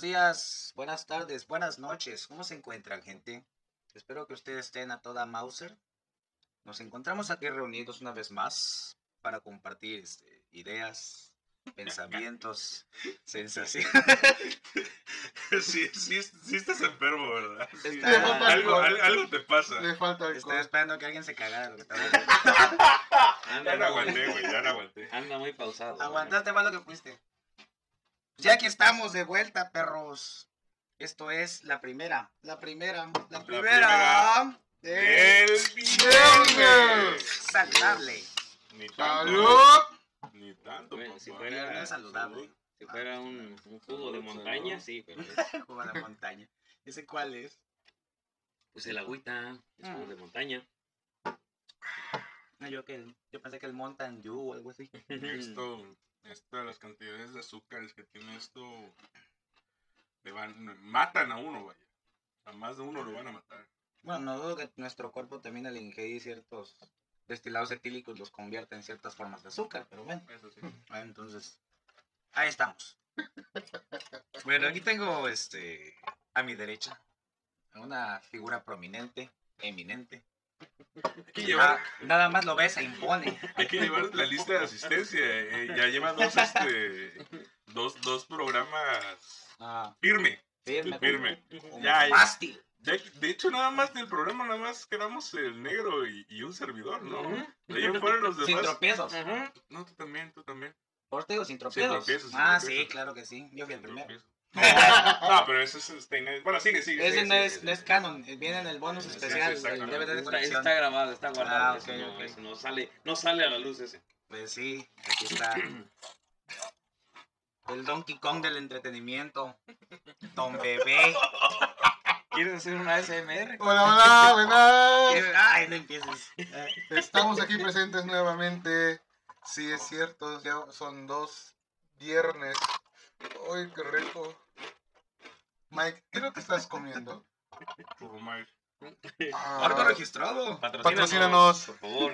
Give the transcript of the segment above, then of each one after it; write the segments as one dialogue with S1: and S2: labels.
S1: días, buenas tardes, buenas noches. ¿Cómo se encuentran, gente? Espero que ustedes estén a toda Mauser. Nos encontramos aquí reunidos una vez más para compartir este, ideas, pensamientos, sensaciones.
S2: Sí, sí, sí estás enfermo, ¿verdad? Sí.
S3: Este,
S1: Está-
S2: Algo, al- algo te pasa.
S4: Le falta alcohol.
S1: Estoy esperando que alguien se cagara. de lo que estaba
S2: Ya
S3: Anda,
S2: no
S3: muy-
S2: aguanté, güey, ya no aguanté.
S3: anda muy pausado. güey.
S1: Aguantaste más lo que fuiste. Ya que estamos de vuelta, perros. Esto es la primera, la primera, la
S2: primera.
S1: primera. de
S2: El viernes.
S1: Saludable.
S2: Ni tanto.
S4: ¡Salud!
S2: Ni tanto,
S3: Bueno, si
S2: papá.
S3: fuera,
S1: Viernes saludable.
S3: si fuera un, un jugo de montaña, sí, pero es,
S1: Como la montaña. ¿Ese cuál es?
S3: pues el agüita es jugo de montaña.
S1: No, yo, que, yo pensé que el Mountain Dew o algo así.
S2: Esto, esto, las cantidades de azúcares que tiene esto, le van, matan a uno, vaya. A más de uno lo van a matar.
S1: Bueno, no dudo que nuestro cuerpo también al ingerir ciertos destilados etílicos los convierte en ciertas formas de azúcar, pero bueno.
S2: Eso sí.
S1: Ah, Entonces, ahí estamos. Bueno, aquí tengo este a mi derecha a una figura prominente, eminente.
S2: Hay que llevar,
S1: Ah, nada más lo ves, se impone.
S2: hay que llevar la lista de asistencia. eh, ya lleva dos, este, dos, dos programas
S1: Ah,
S2: firme,
S1: firme.
S2: firme.
S1: como-
S2: Ya,
S1: como
S2: ya.
S1: mástil.
S2: Ya- de hecho, nada más del programa, nada más quedamos el negro y, y un servidor,
S3: Ah.
S2: ¿no? De ahí en fuera los
S1: Sin
S2: demás.
S1: tropiezos.
S3: Ajá.
S2: No, tú también, tú también.
S1: Por te digo, sin tropiezos.
S2: tropiezos, sin
S1: ah,
S2: tropiezos.
S1: sí, claro que sí. Yo fui el primero.
S2: No, no, pero eso es este, no es- Bueno, sigue, sigue.
S1: Ese
S2: sigue,
S1: no
S2: sigue,
S1: es,
S2: sigue.
S1: no es canon, eh, viene en el bonus
S2: Sí, sí,
S1: especial del
S2: exactamente.
S1: DVD de
S3: Está, ese
S1: colección.
S3: está grabado, está guardado.
S1: Ah,
S3: ese
S1: ok,
S3: no,
S1: ok.
S3: ese no sale, no sale a la luz ese.
S1: Pues sí, aquí está. El Donkey Kong del entretenimiento. Don Bebé.
S3: ¿Quieres hacer una ASMR?
S4: Hola, hola, buenas.
S1: Ay, no empieces. Este
S4: Estamos aquí presentes nuevamente. Sí, es cierto, ya son dos viernes. Uy, qué rico. Mike, ¿qué es lo que estás comiendo?
S2: Turumay.
S4: Ah,
S1: Marco registrado.
S4: Patrocínanos.
S3: Por favor.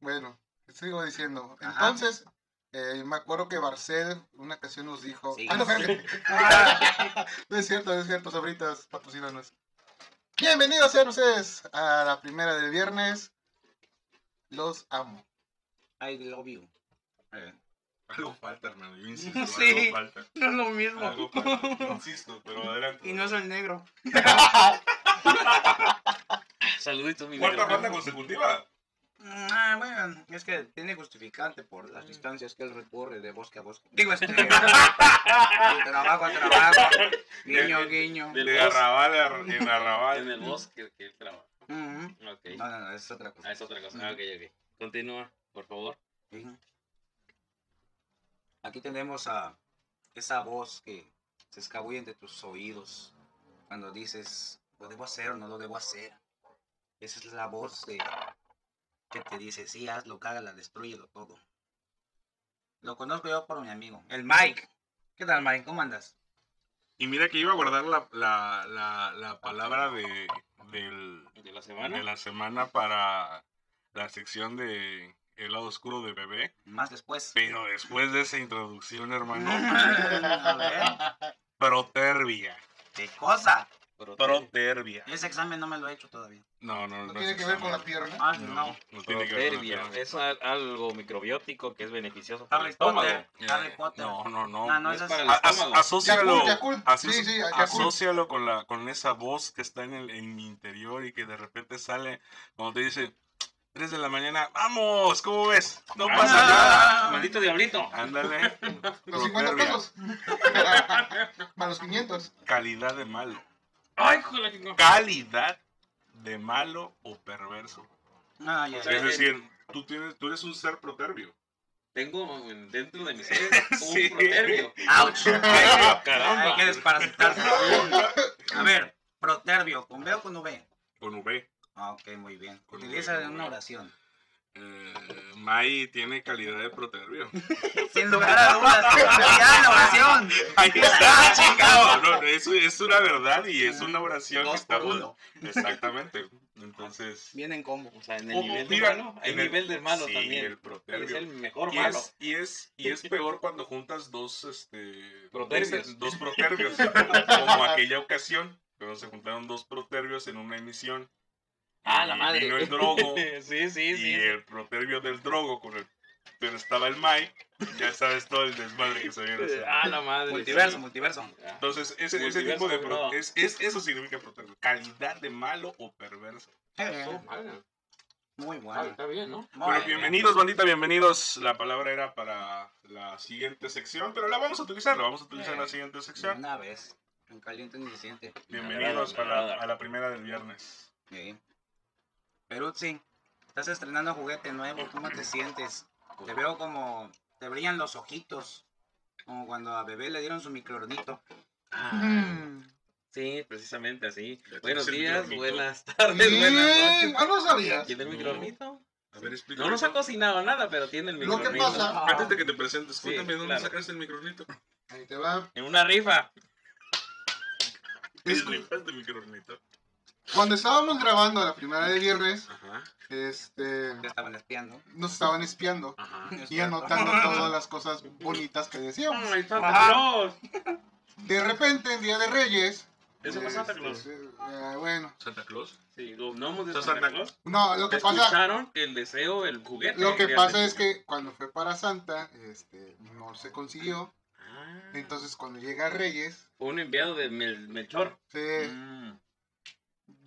S4: Bueno, sigo diciendo.
S1: Ajá.
S4: Entonces, eh, me acuerdo que Barcel una ocasión nos dijo.
S1: Sí.
S4: Ah, no, espérate. No es cierto, no es cierto, sobritas, patrocínanos. Bienvenidos sean ustedes a la primera del viernes. Los amo.
S1: I love you. Eh,
S2: Algo falta, hermano. Yo insisto,
S1: Sí.
S2: algo falta.
S1: No es lo mismo.
S2: Algo falta. Insisto, pero adelante.
S1: Y no es el negro.
S3: Saluditos, mi
S2: Cuarta
S3: negro.
S2: falta consecutiva.
S1: Ah, bueno, es que tiene justificante por las distancias que él recorre de bosque a bosque. Mm. Digo, este. de trabajo a trabajo. Guiño, guiño.
S3: Del
S2: De
S3: bosque.
S2: arrabal a ar- en
S3: En
S2: arrabal.
S3: el bosque que él trabaja.
S1: Ujú.
S3: Ok.
S1: Mm-hmm. No, no, no, es otra cosa.
S3: Ah, es otra cosa. Ah, ok, ok. Continúa, por favor.
S1: Ujú. Aquí tenemos a esa voz que se escabulle entre tus oídos cuando dices, ¿lo debo hacer o no lo debo hacer? Esa es la voz de, que te dice, sí, hazlo, cágala, destruyelo todo. Lo conozco yo por mi amigo, el Mike. ¿Qué tal, Mike? ¿Cómo andas?
S2: Y mira que iba a guardar la, la, la, la palabra de, del,
S3: De la
S2: de
S3: semana.
S2: la semana para la sección de El lado oscuro de bebé.
S1: Más después.
S2: Pero después de esa introducción, hermano,
S1: A ver,
S2: proterbia.
S1: qué cosa.
S3: Pero-
S2: Proterbia.
S1: Ese examen no me lo he hecho todavía.
S2: No, no, no.
S4: No tiene
S2: es
S4: que ver
S2: examen.
S4: con la pierna. ¿eh?
S1: Ah,
S2: No,
S1: no.
S2: no tiene que ver con la
S3: Proterbia
S2: pierna.
S3: es al- algo microbiótico que es beneficioso para el
S1: Harry
S3: estómago.
S1: Potter. Harry Potter.
S2: No, no, no.
S1: Ah, no,
S3: No es
S1: esa
S3: para el
S2: A- as-
S3: estómago.
S2: asócialo,
S4: Yakult, Yakult.
S2: aso-
S4: Sí, sí, Yakult.
S2: asócialo con la con esa voz que está en, el, en mi interior y que de repente sale cuando te dice 3 de la mañana, vamos, ¿cómo ves? No
S3: Ah,
S2: pasa nada.
S3: Maldito diablito.
S2: Ándale.
S4: Los 50
S2: Proterbia.
S4: pesos. Más los 500.
S2: Calidad de malo.
S3: Ay, joder, no.
S2: Calidad de malo o perverso.
S1: No, ya,
S3: O sea,
S2: Es
S1: ya.
S2: decir, tú, tienes, tú eres un ser proterbio.
S3: Tengo en- dentro de mi ser un
S2: Sí.
S3: proterbio.
S1: ¡Auch! Hay
S3: Caramba.
S1: que desparasitarse. A ver, proterbio, ¿con B o con V?
S2: Con V.
S1: Ah, ok, muy bien.
S2: Con V,
S1: Utiliza
S2: con
S1: en
S2: V.
S1: una oración.
S2: Eh, May tiene calidad de proterbio.
S1: Sin lugar a dudas. Ya, la oración.
S2: Ahí está,
S1: Ah, chingado.
S2: No, no, eso es una verdad y es una oración que
S1: Dos por
S2: estamos.
S1: uno.
S2: Exactamente. Entonces.
S1: Viene en combo.
S5: O sea, en el
S2: O-
S5: nivel
S2: mira,
S5: de malo, hay
S2: en el-
S5: nivel de malo
S2: sí,
S5: también.
S2: el proterbio.
S5: es el mejor
S2: Y
S5: malo.
S2: es, y, es, y es peor cuando juntas dos este,
S5: Proterbios.
S2: Dos, dos proterbios. como aquella ocasión, cuando se juntaron dos proterbios en una emisión.
S5: Ah, la
S2: Y
S5: madre.
S2: Vino el drogo
S5: sí, sí,
S2: y
S5: sí.
S2: el proterbio del drogo con el pero estaba el Mike, ya sabes todo el desmadre que se viene haciendo.
S5: Ah, la madre.
S1: Multiverso,
S5: sí.
S1: multiverso.
S5: Ah.
S2: Entonces, ese, ese
S5: Multiverso,
S2: tipo de pro-
S5: no.
S2: es, es- eso significa proterbio, calidad de malo o perverso.
S1: oh,
S5: Ah, vale.
S1: Muy
S5: Ah,
S1: bueno.
S5: está bien, ¿no?
S1: Muy
S2: Bueno,
S1: bien.
S2: bienvenidos, bandita, bienvenidos. La palabra era para la siguiente sección, pero la vamos a utilizar, la vamos a utilizar en
S5: Eh.
S2: la siguiente sección.
S1: Una vez. En caliente ni se siente.
S2: Bienvenidos
S5: Me agrada,
S2: para-
S5: me agrada.
S2: a la primera del viernes.
S1: Sí. Peruzzi, estás estrenando juguete nuevo. ¿Cómo te sientes? Te veo como. Te brillan los ojitos. Como cuando a bebé le dieron su microornito.
S5: Ah, Sí, precisamente así. Buenos
S2: tienes el
S5: días,
S2: microornito?
S5: buenes tardes, buenas
S4: Mm, Bien,
S5: noches.
S4: ah, no sabías.
S5: ¿Tiene el
S2: No.
S5: microornito?
S2: A ver, explícame.
S5: No nos ha cocinado nada, pero tiene el
S4: Lo que
S5: microornito.
S4: pasa-
S2: Antes de que te presentes,
S5: Sí,
S2: cuéntame dónde
S5: claro.
S2: sacaste el micronito.
S4: Ahí te va.
S5: En una rifa.
S4: Es-
S2: ¿Dónde micronito?
S4: Cuando estábamos grabando la primera de viernes,
S2: Ajá,
S4: este,
S1: Te estaban espiando.
S4: nos estaban espiando
S2: ajá.
S4: y anotando todas las cosas bonitas que decíamos.
S5: ¡Ay,
S1: Ajá.
S5: Santa Claus!
S4: De repente, en Día de Reyes.
S5: Eso fue Santa Claus.
S4: este, eh, bueno,
S2: ¿Santa Claus?
S5: Sí, los gnomos de
S2: Son
S5: Santa
S2: Santa
S5: Claus.
S4: no, lo que pasa.
S5: Escucharon el deseo, el juguete.
S4: Lo que
S5: había
S4: pasa es
S5: tenido.
S4: que cuando fue para Santa, este, no se consiguió.
S5: Ah,
S4: Entonces, cuando llega Reyes,
S5: fue un enviado de Mel- Melchor.
S4: se
S5: Mm.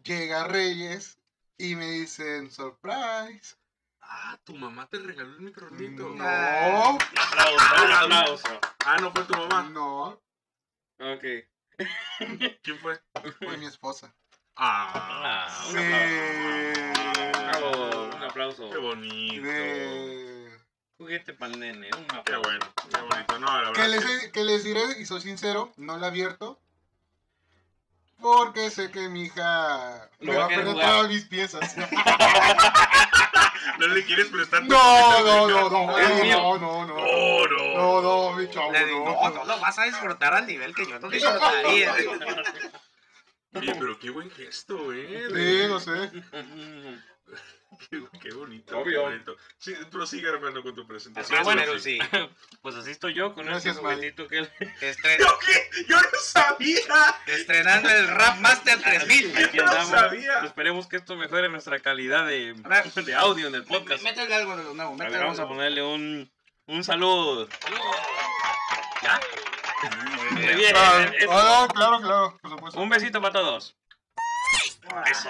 S4: llega Reyes y me dicen, surprise.
S2: Ah, tu mamá te regaló el micronito.
S4: Mm. No,
S5: Aplauso, aplauso.
S2: Ah, no fue tu mamá.
S4: no,
S5: Ok.
S2: ¿Quién fue?
S4: fue mi esposa.
S2: Ah,
S5: Ah,
S4: Sí.
S5: un aplauso. Bravo, Un aplauso.
S2: qué bonito.
S4: De-
S5: Juguete pa'l nene. Un aplauso.
S2: Qué bueno, qué bonito. No, la
S4: Que
S2: verdad. que-
S4: les, que les diré, y soy sincero, no la abierto. Porque sé que mi hija
S5: Lo va
S4: me va
S5: a
S4: a
S5: querer
S4: perder
S5: jugar.
S4: todas mis piezas.
S2: No le quieres prestar tu
S4: No,
S2: micronito.
S4: no, no, no,
S5: Es
S4: eh,
S5: mío.
S4: no, no, no.
S2: No, no.
S4: No, no, mi chavo,
S1: Le digo, no, no
S4: no.
S1: lo vas a disfrutar al nivel que yo no disfrutaría.
S2: Oye, pero qué buen gesto, eh.
S4: Sí, no sé.
S2: Qué, qué bonito.
S5: Obvio.
S2: Qué bonito. Sí, prosigue, hermano, con tu presentación.
S1: Ah, bueno, pero
S2: sí.
S1: sí.
S5: Pues así estoy yo con
S4: Gracias,
S5: ese juguetito que
S1: Estre-
S2: ¿Yo qué? Yo no
S1: Ah,
S2: sabía.
S1: estrenando el Rap Master 3000.
S5: aquí
S2: no
S5: andamos.
S2: sabía.
S5: Esperemos que esto mejore nuestra calidad de,
S1: Ahora,
S5: de audio en el podcast.
S1: Métele algo de lo nuevo.
S5: A ver,
S1: métele
S5: vamos a
S1: algo de
S5: ponerle un, un saludo. ¿Ya? Muy bien.
S4: Ah,
S5: es-
S4: ah, claro, claro, por supuesto.
S5: eh, Un besito para todos.
S1: lo nuevo.
S5: Eso.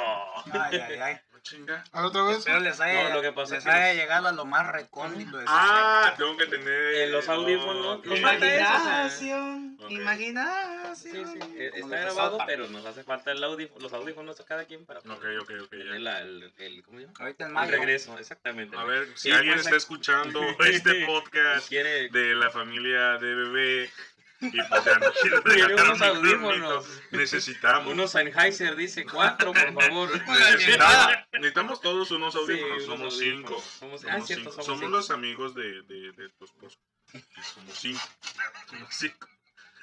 S1: Ay, ay, ay.
S2: No, chinga.
S4: A ver, otra vez.
S1: Espero les haya,
S5: No, lo que pasa
S1: les
S5: es que-
S1: haya llegado a lo más recóndito de este sus
S2: Ah, tengo que tener.
S5: Eh, los audífonos,
S2: Ok.
S5: los falta eso.
S1: Imaginación,
S2: Ok.
S1: imaginación.
S5: Sí, sí. eh,
S1: Como
S5: Está
S1: los de
S5: grabado,
S1: South Park.
S5: pero nos hace falta el audífono, los audífonos a cada quien para
S2: Ok,
S5: poder
S2: ok, ok.
S5: tener
S2: ya.
S5: la- el, el- ¿cómo se llama?
S1: Ahorita en
S5: El
S1: mayo.
S5: regreso, exactamente.
S2: A ver, si
S5: Y
S2: alguien
S5: pues,
S2: está escuchando este podcast
S5: Quiere,
S2: de la familia de bebé y pues ya no quiero
S5: quiere
S2: regalar
S5: unos audífonos.
S2: Necesitamos.
S5: Unos Sennheiser dice cuatro, por favor.
S2: Necesitamos, necesitamos todos unos audífonos,
S5: Sí, unos
S2: somos
S5: audífonos.
S2: cinco.
S5: Somos- ah,
S2: Somos,
S5: cierto,
S2: cinco.
S5: somos
S2: Somos
S5: cinco.
S2: los amigos de, de, de tu esposo. Y Somos cinco. Somos cinco.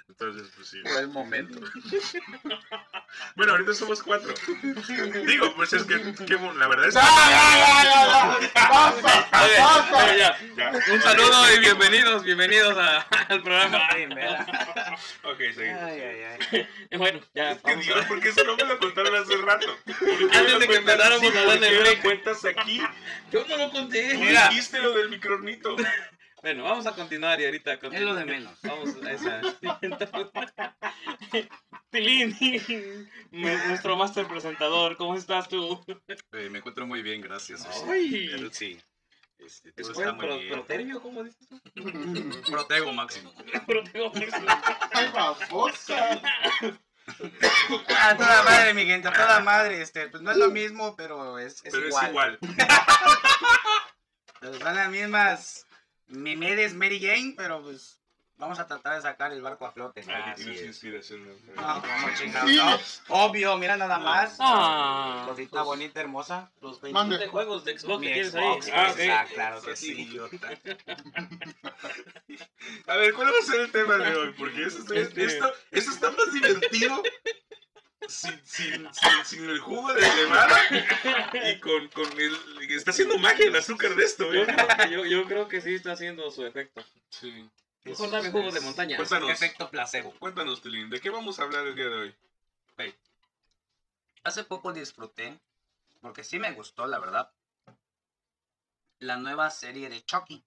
S2: Entonces, pues sí.
S1: Fue el momento.
S2: Bueno, ahorita somos cuatro. Digo, pues es que, que mo- la verdad es
S4: Ya, ya, ya, ya, ya. Basta,
S5: A ver,
S4: basta.
S5: pero ya.
S2: Ya.
S5: Un saludo y bienvenidos, bienvenidos a- al programa.
S1: Ay,
S2: Ok, seguimos.
S1: ay, ay.
S5: Eh, Bueno, ya.
S2: Que
S5: vamos a-
S2: Dios, porque eso no me lo contaron hace rato.
S5: Antes de que empezáramos a darle break.
S2: break. cuentas aquí?
S5: Yo no lo conté.
S2: Tú
S1: Mira.
S2: dijiste lo del micronito.
S5: Bueno, vamos a continuar y ahorita
S1: Es lo de
S5: continuamos.
S1: menos.
S5: Vamos a esa. Tilín, nuestro master presentador, ¿cómo estás tú?
S6: Eh, me encuentro muy bien, gracias. Susi.
S5: Ay,
S6: Pero Sí. Este, todo
S3: Pues
S5: ¿Es
S6: está muy
S5: pro,
S6: bien.
S5: proterio? ¿Cómo dices tú?
S6: Protego máximo.
S5: Proteo.
S4: Ay, babosa.
S1: A Ah, toda madre, mi gente, a toda madre. Este, pues no es lo mismo, pero es, es
S2: Pero
S1: igual.
S2: es igual.
S1: Pues, son las mismas Memedes Mary Jane, pero pues Vamos a tratar de sacar el barco a flote.
S2: Alguien
S6: Ah,
S3: así
S2: tiene su
S5: es.
S2: inspiración. ¿no?
S1: No, como chingados, no. Obvio, mira nada más.
S3: Ah,
S1: Cosita bonita, hermosa.
S7: Los
S4: Mande.
S7: 27 juegos de Xbox
S1: Mi
S7: que tienes ahí.
S1: Xbox,
S2: Ah, ok.
S1: ah, claro que
S5: Estás
S1: sí.
S5: idiota.
S2: A ver, ¿cuál va a ser el tema de hoy? Porque eso está,
S3: Este-
S2: esto, esto está más divertido sin, sin, sin, sin el jugo de levada y con, con el... Está haciendo magia el azúcar de esto,
S3: yo,
S2: ¿eh?
S3: creo- yo, yo creo que sí está haciendo su efecto.
S2: Sí.
S7: Mejor dame juegos de montaña.
S2: Pues- Cuéntanos.
S1: Efecto placebo.
S2: Cuéntanos, Tilín, ¿de qué vamos a hablar el día de hoy?
S1: Hace poco disfruté, porque sí me gustó, la verdad, la nueva serie de Chucky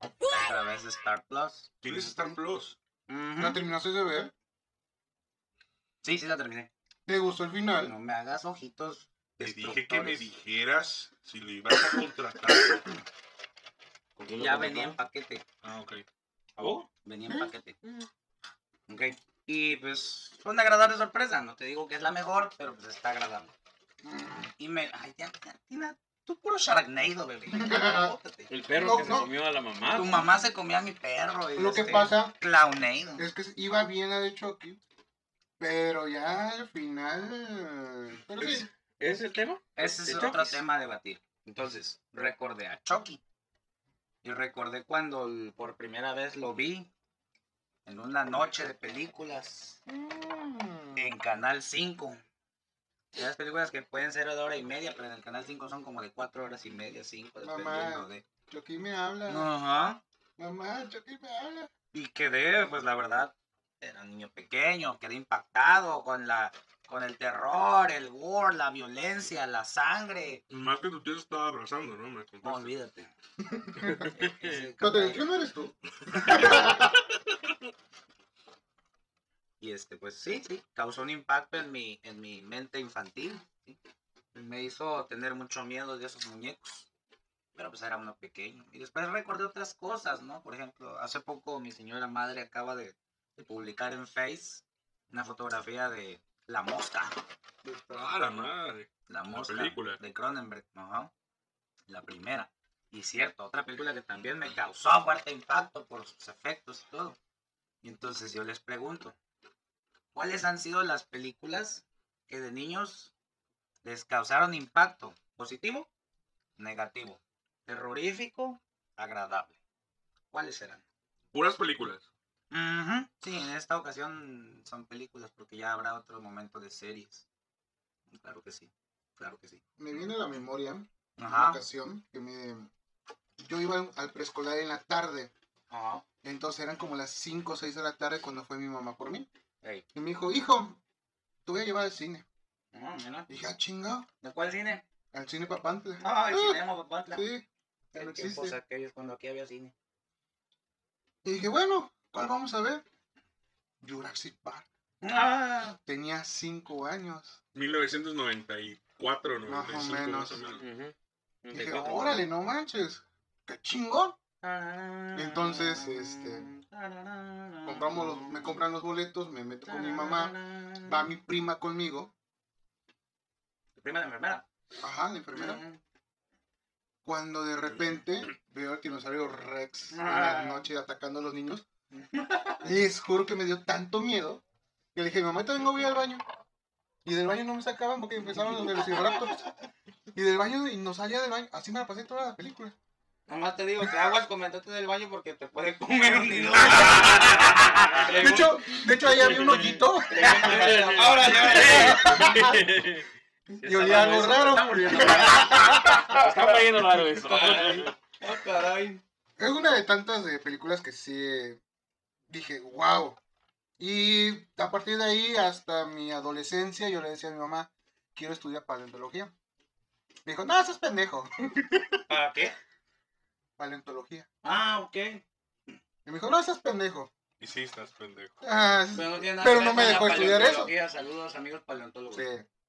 S1: a través de Star Plus.
S2: ¿Tienes Star Plus?
S4: ¿La
S1: Ujú.
S4: terminaste de ver?
S1: Sí, sí, la terminé.
S4: ¿Te gustó el final?
S1: No me hagas ojitos.
S2: Ah. Te dije que me
S1: destructores.
S2: dijeras si lo ibas a contratar.
S1: Ya venía en paquete.
S2: Ah, ok.
S3: ¿Oh?
S1: venía en paquete. Ok. Y pues fue una agradable sorpresa. No te digo que es la mejor, pero pues está agradable. Y me. Ay, ya, ya, Tina, tú puro Sharknado, bebé. Compórtate.
S3: El perro
S4: No,
S3: que se
S4: no.
S3: comió a la mamá.
S1: tu mamá se comía a mi perro. y
S4: Lo que
S1: este,
S4: pasa
S1: Clownado.
S4: es que iba bien la de Chucky, pero ya al final... Pero sí,
S3: ¿Es el tema?
S1: Ese es
S3: ¿De
S1: otro
S3: Chucky?
S1: tema a debatir. Entonces, recordé a Chucky. Y recordé cuando el- por primera vez lo vi en una noche de películas
S4: Mm,
S1: en Canal 5. Las películas que pueden ser de hora y media, pero en el Canal 5 son como de 4 horas y media, 5, dependiendo
S4: Mamá.
S1: de...
S4: Chucky me habla.
S1: Ajá.
S4: Mamá, Chucky me habla.
S1: Y quedé, pues la verdad, era un niño pequeño, quedé impactado con la... Con el terror, el gore, la violencia, la sangre.
S2: Más que tu tío se estaba abrazando, ¿no? Me
S1: No,
S2: contaste.
S1: olvídate. Ese
S4: Pero te
S1: caballo.
S4: dije, no eres tú.
S1: Y este, pues sí, sí, causó un impacto en mi, en mi mente infantil. ¿sí? Me hizo tener mucho miedo de esos muñecos. Pero pues era uno pequeño. Y después recordé otras cosas, ¿no? Por ejemplo, hace poco mi señora madre acaba de, de publicar en Face una fotografía de La Mosca.
S2: ¡Ah, la madre!
S1: La Mosca
S2: película.
S1: de Cronenberg, ajá, La primera. Y cierto, otra película que también me causó fuerte impacto por sus efectos y todo. Y entonces yo les pregunto, ¿cuáles han sido las películas que de niños les causaron impacto? ¿Positivo? ¿Negativo? ¿Terrorífico? ¿Agradable? ¿Cuáles serán?
S2: Puras películas.
S1: Ujú, Sí, en esta ocasión son películas porque ya habrá otro momento de series. Claro que sí, claro que sí.
S4: Me viene a la memoria una
S1: Ajá.
S4: ocasión que me... Yo iba al preescolar en la tarde.
S7: Ah,
S1: Ajá.
S4: Entonces eran como las 5 o 6 de la tarde cuando fue mi mamá por mí.
S1: Ey.
S4: Y me dijo, hijo, te voy a llevar al cine.
S1: Ah, mira.
S4: Y dije, ah, chinga,
S1: ¿De cuál cine?
S4: al cine Papantla.
S1: Ah, el
S4: Ah,
S1: cinema, papá.
S4: Sí, ya no
S1: El tiempo
S4: existe.
S1: aquellos cuando aquí había cine.
S4: Y dije, bueno, ¿cuál vamos a ver? Jurassic Park.
S1: Ah,
S4: Tenía 5 años.
S2: 1994, 95,
S4: Más o
S2: Más
S4: menos.
S2: o menos.
S3: Ujú.
S4: Y dije, órale, no manches. Qué chingón.
S7: Ah.
S4: Entonces, este, Compramos los-
S1: Mm.
S4: me compran los boletos, me meto con mi mamá. Va mi prima conmigo.
S1: Primera enfermera.
S4: Ajá, la enfermera.
S1: Mm.
S7: Mm.
S4: cuando de repente veo al dinosaurio Rex en la noche atacando a los niños. Les juro que me dio tanto miedo que le dije, mamá, también voy al baño. Y del baño no me sacaban porque empezaron los velociraptors. Y del baño, y no salía del baño. Así me la pasé toda la película.
S7: Nomás te digo que aguas, coméntate del baño porque te puede comer un dinero.
S4: De hecho, de hecho ahí había un hoyito
S7: Ahora, ya.
S4: y olía algo raro.
S3: Está cayendo raro eso.
S7: Oh, caray.
S4: Es una de tantas de películas que sí eh, dije, wow. Y a partir de ahí, hasta mi adolescencia, yo le decía a mi mamá, quiero estudiar paleontología. Me dijo, no, estás pendejo.
S7: ¿Para qué?
S4: Paleontología.
S7: Ah, ok.
S4: Y me dijo, no, estás pendejo.
S2: Y sí, estás pendejo.
S4: Ah, sí.
S7: Pero no, tiene nada
S4: Pero
S7: que
S4: no
S7: ver
S4: me
S7: con
S4: dejó
S7: la
S4: estudiar eso.
S7: paleontología. Saludos, amigos paleontólogos. Sí.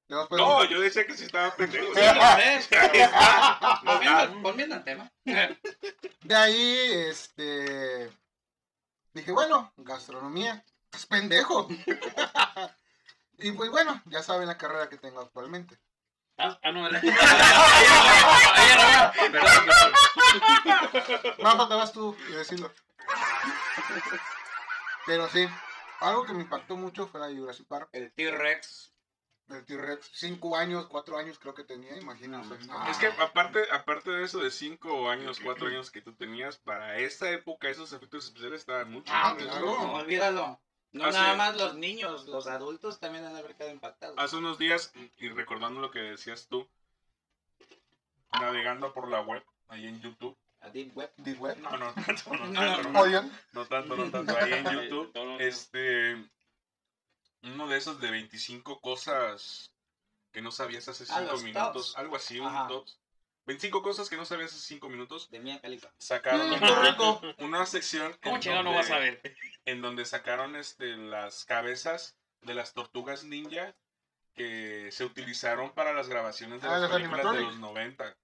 S4: Luego, pues,
S2: No, yo decía que sí estaba pendejo.
S7: Sí, lo ves, pero- volviendo, volviendo al tema.
S4: De ahí, este... Dije, bueno, gastronomía. Estás pendejo. y pues bueno, ya saben la carrera que tengo actualmente.
S3: Ah, ah, no, era-
S4: Más faltabas tú y decirlo. Pero sí, algo que me impactó mucho fue la de Jurassic Park.
S7: El T-Rex.
S4: El T-Rex, cinco años, cuatro años creo que tenía, imagínate.
S2: Ah, Es que aparte, aparte de eso de 5 años, 4 años que tú tenías, para esa época esos efectos especiales estaban mucho.
S4: Ah,
S2: más.
S4: claro.
S7: No, olvídalo. No
S2: Ah,
S7: nada
S2: sí. Ah.
S7: más los niños, los adultos también han de haber quedado impactados.
S2: Hace unos días, y recordando lo que decías tú, navegando por la web, ahí en YouTube.
S7: A Deep Web.
S4: Deep Web.
S2: No, no tanto,
S7: No,
S2: no
S7: no,
S2: tanto, no,
S4: Oigan,
S2: no tanto, no tanto, ahí en YouTube.
S3: No, no, no.
S2: Este, uno de esos de 25 cosas que no sabías hace
S7: Ah,
S2: 5
S7: los
S2: minutos,
S7: tops.
S2: algo así, un
S7: Ajá.
S2: top. 25 cosas que no sabías hace 5 minutos,
S7: De Mía Califa.
S2: sacaron
S4: Mm, correcto.
S2: una sección en
S3: ¿Cómo chingado no
S2: donde-
S3: vas a ver?
S2: en donde sacaron este, las cabezas de las tortugas ninja que se utilizaron para las grabaciones de
S4: Ah,
S2: las
S4: los
S2: películas de los
S4: animatronics.
S2: 90.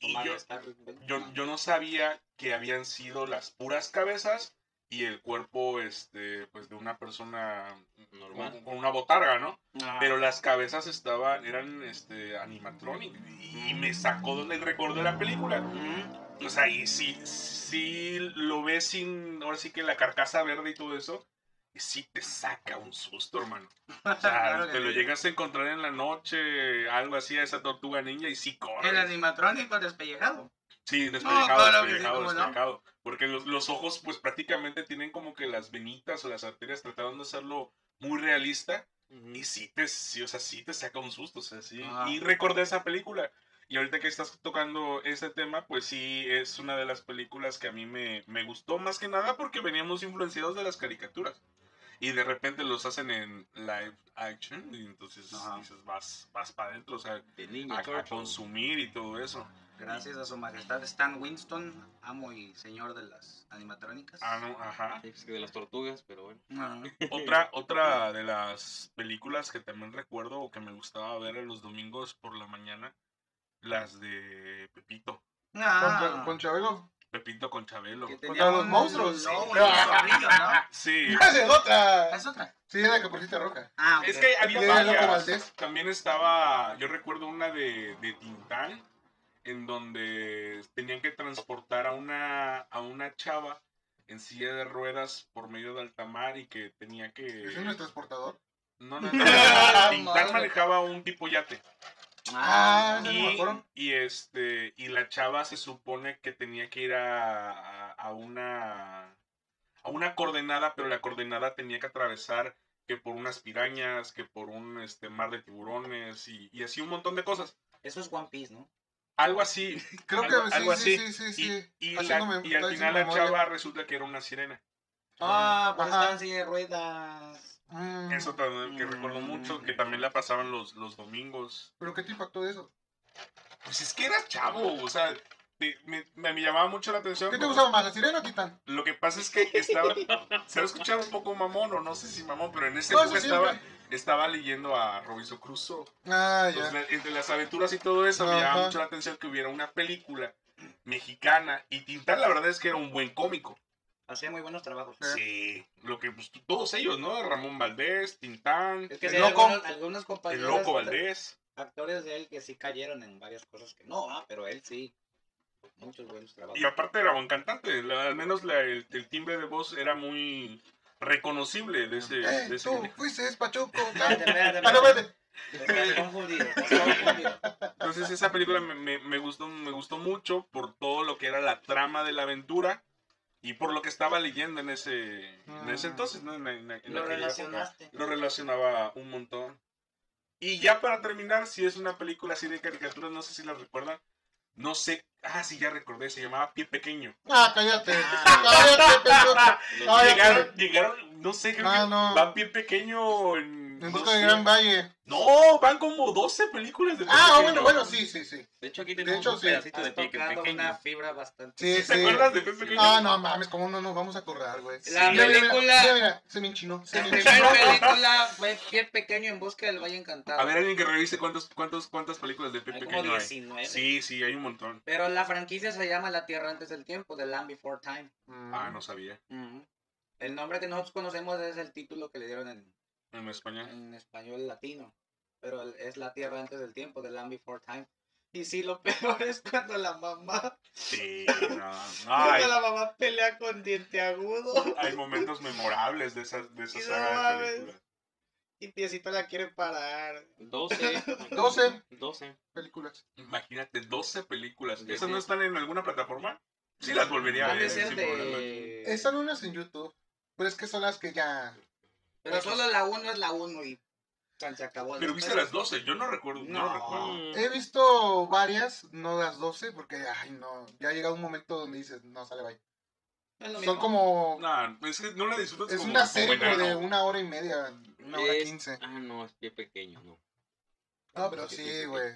S2: Y
S7: Omar
S2: yo,
S7: Star Rubén.
S2: yo, yo no sabía que habían sido las puras cabezas y el cuerpo este, pues, de una persona normal, con, con una botarga, ¿no?
S7: Ah,
S2: Pero las cabezas estaban, eran este, animatronic y me sacó del recuerdo de la película.
S7: Ujú.
S2: O sea, y si, si lo ves sin, ahora sí que la carcasa verde y todo eso, y sí te saca un susto, hermano. O sea,
S5: Claro que
S2: te lo
S5: sí.
S2: llegas a encontrar en la noche, algo así, a esa tortuga ninja, y sí
S5: El
S2: corre.
S5: animatrónico despellejado.
S2: Sí, despellejado,
S5: No, claro que sí,
S2: despellejado,
S5: cómo no.
S2: despellejado. Porque los, los ojos, pues prácticamente tienen como que las venitas o las arterias tratando de hacerlo muy realista. Y sí te, sí, o sea, sí te saca un susto, o sea, sí.
S5: Ah.
S2: Y recordé esa película. Y ahorita que estás tocando este tema, pues sí, es una de las películas que a mí me, me gustó más que nada porque veníamos influenciados de las caricaturas. Y de repente los hacen en live action y entonces
S1: Ajá.
S2: dices, vas, vas para adentro, o sea,
S1: De
S2: a,
S1: niño,
S2: a consumir y todo eso.
S1: Gracias a su majestad Stan Winston, amo y señor de las animatrónicas.
S2: Ah, no, ajá.
S3: Sí, De las tortugas, pero bueno.
S1: Ajá.
S2: Otra, otra de las películas que también recuerdo o que me gustaba ver en los domingos por la mañana, las de Pepito.
S4: con,
S1: Ah,
S4: Cha- con Chabelo.
S2: Pepito con Chabelo.
S1: que
S4: con
S1: tenía
S4: todos los
S1: un
S4: monstruos.
S1: lobo y un zorrillo, ¿no?
S2: Sí.
S4: ¡Esa es otra!
S1: Es otra.
S4: Sí, es la que pusiste roja.
S1: Ah,
S2: Es
S1: ok.
S2: que
S4: De
S2: había
S4: Loco
S2: varias.
S4: Valdés.
S2: También estaba, yo recuerdo una de, de Tintán, en donde tenían que transportar a una, a una chava en silla de ruedas por medio de alta mar y que tenía que...
S4: ¿Es un transportador?
S2: No, no, no. Tintán
S7: Madre.
S2: manejaba un tipo yate.
S4: Ah, ese no me
S2: Y,
S4: acuerdo.
S2: y este y la chava se supone que tenía que ir a, a, a una a una coordenada, pero la coordenada tenía que atravesar que por unas pirañas, que por un este mar de tiburones y, y así un montón de cosas.
S7: Eso es One Piece, ¿no?
S2: Algo así.
S4: Creo
S2: algo-
S4: que
S2: algo
S4: sí,
S2: así.
S4: sí, sí, sí,
S2: Y-
S4: sí.
S2: Y,
S4: Haciéndome-
S2: la- y al
S4: está
S2: final la
S4: haciendo memoria.
S2: chava resulta que era una sirena.
S7: Ah, pues
S4: Ajá.
S7: están silla de ruedas.
S4: Mm,
S2: Eso también que recuerdo mucho, que también la pasaban los, los domingos.
S4: ¿Pero qué te impactó de eso?
S2: Pues es que era chavo, o sea, te- me, me- me llamaba mucho la atención.
S4: ¿Qué te
S2: pero
S4: gustaba más, la sirena o Titán?
S2: Lo que pasa es que estaba, se va a escuchar un poco mamón, o no sé si mamón, pero en ese
S4: No,
S2: época
S4: eso
S2: estaba,
S4: siempre.
S2: estaba leyendo a Robinson Crusoe.
S4: Ah, ya.
S2: Entonces, la- entre las aventuras y todo eso, me llamaba
S4: Ajá.
S2: mucho la atención que hubiera una película mexicana. Y Tintán, la verdad es que era un buen cómico.
S7: Hacía muy buenos trabajos.
S2: Sí. Lo que, pues, todos ellos, ¿no? Ramón Valdés, Tintán,
S7: Es que
S4: El
S7: sí hay
S4: loco.
S7: algunos, algunos
S2: el
S7: compañeros,
S2: loco Valdés.
S7: actores de él que sí cayeron en varias cosas que no, ah, pero él sí. Muchos buenos trabajos.
S2: Y aparte era buen cantante, la- al menos la- el, el timbre de voz era muy reconocible de ese...
S4: Eh,
S2: de ese
S4: tú
S2: género.
S4: fuiste Pachuco.
S7: Espérate,
S4: Ah,
S7: espérate,
S4: no,
S7: espérate.
S4: espérate.
S7: Estás confundido, estás confundido.
S2: Entonces esa película me, me- me gustó, me gustó mucho por todo lo que era la trama de la aventura y por lo que estaba leyendo en ese, en ese
S4: Ah.
S2: entonces, ¿no? En, la- en la- en
S7: Lo
S2: aquella época.
S7: relacionaste.
S2: Lo relacionaba un montón. Y ya para terminar, si es una película así de caricaturas, no sé si la recuerdan, no sé, ah, sí, ya recordé, se llamaba Pie Pequeño.
S4: Ah, cállate.
S7: Ah.
S4: Cállate, pendejo. Ah, ya
S2: llegaron, llegaron, no sé, creo
S4: Ah,
S2: que
S4: no.
S2: van bien pequeño en.
S4: En
S2: no
S4: busca de
S2: sé.
S4: Gran Valle.
S2: No, van como 12 películas de
S4: Ah,
S2: Pequeño.
S4: bueno, bueno, sí, sí, sí.
S3: De hecho, aquí tenemos
S4: hecho,
S3: un
S4: sí.
S3: pedacito de
S7: Has
S3: pie que
S7: tocado
S3: pequeño.
S7: una fibra bastante.
S4: Sí,
S2: ¿Sí ¿Te
S4: sí.
S2: acuerdas de Pie Pequeño?
S4: Ah, no mames, ¿cómo no nos vamos a acordar, güey?
S7: La
S4: Mira, mira,
S7: película-
S4: Mira, mira, se me enchinó. Se
S7: La
S4: me
S7: primera
S4: enchinó.
S7: película fue Pie Pequeño en busca del Valle Encantado.
S2: A ver, alguien que revise cuántos, cuántos, cuántas películas de Pie
S7: hay como
S2: Pequeño hay.
S7: 19.
S2: Sí, sí, hay un montón.
S7: Pero la franquicia se llama La Tierra antes del tiempo, The Land Before Time.
S2: Ah, no sabía.
S7: El nombre que nosotros conocemos es el título que le dieron en,
S2: En España.
S7: en español latino. Pero el- es La Tierra antes del tiempo, The Land Before Time. Y sí, lo peor es cuando la mamá,
S2: Sí, no.
S7: cuando
S2: Ay,
S7: la mamá pelea con diente agudo
S2: hay momentos memorables de esas de esa
S7: Sí, no
S2: saga de
S7: mames.
S2: películas.
S7: y Piecito la quiere parar.
S3: 12.
S4: 12.
S3: 12.
S4: Películas.
S2: Imagínate, 12 películas.
S1: Sí,
S2: ¿Esas
S1: sí.
S2: no están en alguna plataforma? Sí, las volvería a
S7: Han
S2: ver.
S7: de
S2: sin
S7: ser
S2: problema.
S7: de...
S4: Están unas en YouTube. Pero es que son las que ya.
S7: Pero solo la 1 es la 1 y chan, se acabó.
S2: Pero viste las 12, yo no recuerdo. No,
S7: No.
S2: recuerdo.
S4: He visto varias, no las 12, porque, ay, no. Ya ha llegado un momento donde dices, no, sale, bye.
S7: No es lo
S4: Son
S7: mismo.
S4: como.
S2: No, es que no la disfrutas
S4: Es
S2: como
S4: una
S2: como
S4: serie como de
S2: enano.
S4: una hora y media, una hora quince.
S3: Ah, no, es pie pequeño, no.
S4: No, pero sí, güey.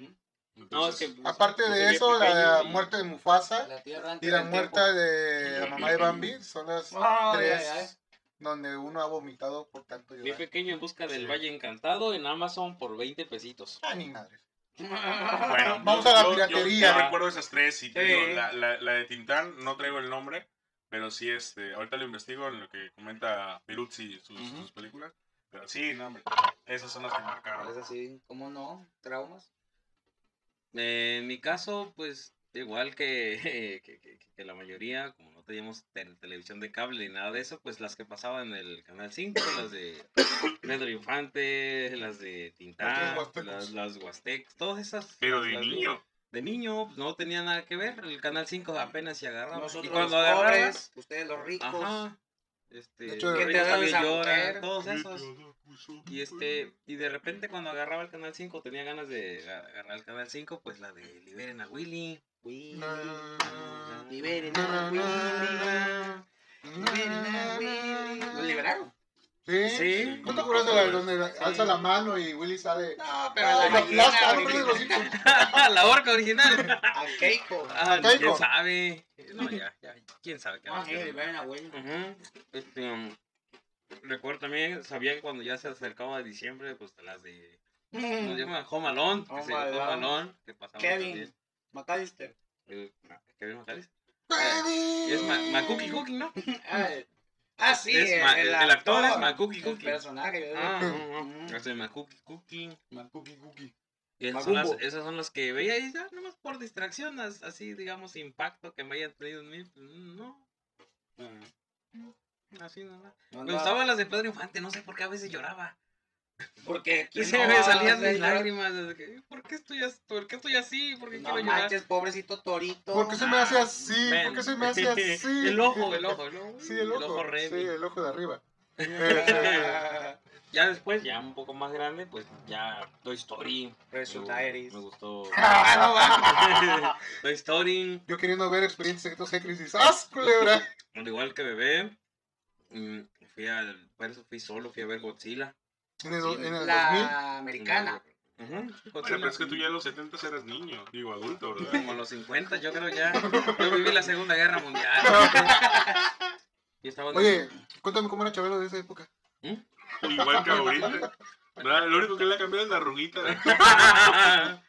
S3: No, es
S2: Entonces,
S3: que.
S4: Aparte
S3: porque
S4: de
S3: pie
S4: eso, la
S3: pequeño y-
S4: muerte de Mufasa
S7: La tierra antes
S4: y la
S7: del tiempo.
S4: muerte de la mamá de Bambi son las
S7: Ay, ay, ay.
S4: tres donde uno ha vomitado por tanto
S3: Pie
S4: llorar.
S3: pequeño en busca del Valle Encantado en Amazon por 20 pesitos.
S4: Ah, ni madre.
S2: Bueno,
S4: Vamos
S2: yo-
S4: a la
S2: yo- yo-
S4: piratería.
S2: Yo, recuerdo esas tres y te
S7: Sí.
S2: digo, la, la, la de Tintán, no traigo el nombre, pero sí, este, ahorita lo investigo en lo que comenta Peruzzi sus,
S5: Ujú.
S2: sus películas. Pero sí, no, hombre, esas son las que
S7: Es
S2: marcaron.
S7: así, ¿cómo no? ¿Traumas?
S5: Eh, en mi caso, pues, igual que, que, que- que la mayoría, como no teníamos te- televisión de cable ni nada de eso, pues las que pasaban en el Canal 5, las de Pedro Infante, las de Tintán,
S4: Los huastecos.
S5: las, las Huastecas, todas esas.
S2: Pero
S5: las-
S2: de
S5: las
S2: niño.
S5: De niño pues, no tenía nada que ver, el Canal 5 apenas se agarraba.
S7: Nosotros
S5: y cuando
S7: los
S5: agarraba,
S7: pobres, ustedes los ricos.
S5: ajá, este,
S4: De hecho,
S5: los
S4: ¿Qué te
S5: ricos
S7: dan
S5: también
S7: esa
S5: lloran,
S7: mujer?
S5: todos esos. Y este, y de repente cuando agarraba el canal 5, tenía ganas de aga- agarrar el canal 5, pues la de liberen a Willy.
S7: Uy,
S4: Na,
S7: Liberen
S4: na,
S7: a Willy,
S4: na,
S7: liberen a Willy. ¿Lo liberaron?
S4: Sí.
S5: Sí.
S4: ¿No te acuerdas de la donde la- alza la mano y Willy sale?
S7: No, pero
S4: Ah,
S7: la
S4: la
S7: original,
S4: aplasta, no
S7: original.
S4: pero los hijos.
S5: la orca original.
S7: A Keiko.
S5: Ah,
S4: Keiko.
S5: ¿Quién sabe? No, ya, ya, quién sabe qué
S7: Ah, sí,
S5: hacer.
S7: liberen a Willy.
S5: Ajá, Este, um, recuerdo también, sabían cuando ya se acercaba diciembre, pues las de ¿cómo se llama? Home Alone, que se
S7: Home
S5: Home
S7: Alone.
S5: Alone, que pasaba
S7: Kevin.
S5: también.
S7: McAllister.
S5: El- Kevin McAllister.
S4: Baby.
S5: Es Ma- McCookie Cookie, ¿no?
S7: Ah, ah, sí,
S5: Es
S7: el,
S5: ma-
S7: el
S5: el- el actor es
S7: El
S5: McCookie Cookie.
S7: personaje.
S5: Ah, no,
S7: Ujú.
S5: no, no, es de Macuki Cookie.
S7: Macuki Cooki.
S5: Esas son, las,
S7: Macumbo.
S5: esas son las que veía y ya, nomás por distracción, as- así digamos, impacto que me hayan tenido en mí. pues, No, así nada. Me gustaban las de Pedro Infante, no sé por qué a veces lloraba.
S7: Porque
S5: Y
S7: aquí
S5: se
S7: no,
S5: me salían
S7: no,
S5: mis
S7: no,
S5: lágrimas. desde que, ¿Por qué estoy, as- por qué estoy así? ¿Por qué
S7: No
S5: quiero llorar?
S7: manches, pobrecito torito.
S4: ¿Por qué se me hace así?
S5: Ven.
S4: ¿Por qué se me hace así?
S5: El ojo, el ojo, el ojo.
S4: Sí, el ojo.
S5: Remy.
S4: sí, el ojo de arriba.
S7: Ah,
S5: Ya después, ya un poco más grande, pues ya Toy Story.
S7: Resulta
S5: me,
S7: eres.
S5: gu- me gustó.
S7: Ah, no va.
S5: Toy Story.
S4: Yo queriendo ver experiencias secretos de crisis. ¡Ah, culebra!
S5: Al igual que bebé, mm, fui al por eso fui solo, fui a ver Godzilla.
S4: En el, en el 2000.
S7: La americana.
S5: Ujú,
S2: Bueno,
S5: Godzilla.
S2: pero es que tú ya en los 70 eras niño, digo adulto,
S5: Como a
S2: ¿verdad?
S5: los 50, yo creo ya. Yo viví la Segunda Guerra Mundial. Y estaba en-
S4: Oye, cuéntame cómo era Chabelo de esa época.
S2: Igual que ahorita. ¿verdad? Lo único que le ha cambiado es la arruguita.